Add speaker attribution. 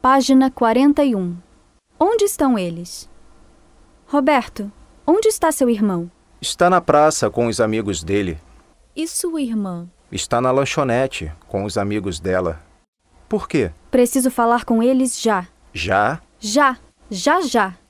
Speaker 1: Página 41. Onde estão eles? Roberto, onde está seu irmão?
Speaker 2: Está na praça com os amigos dele.
Speaker 1: E sua irmã?
Speaker 2: Está na lanchonete com os amigos dela. Por quê?
Speaker 1: Preciso falar com eles já.
Speaker 2: Já?
Speaker 1: Já, já, já.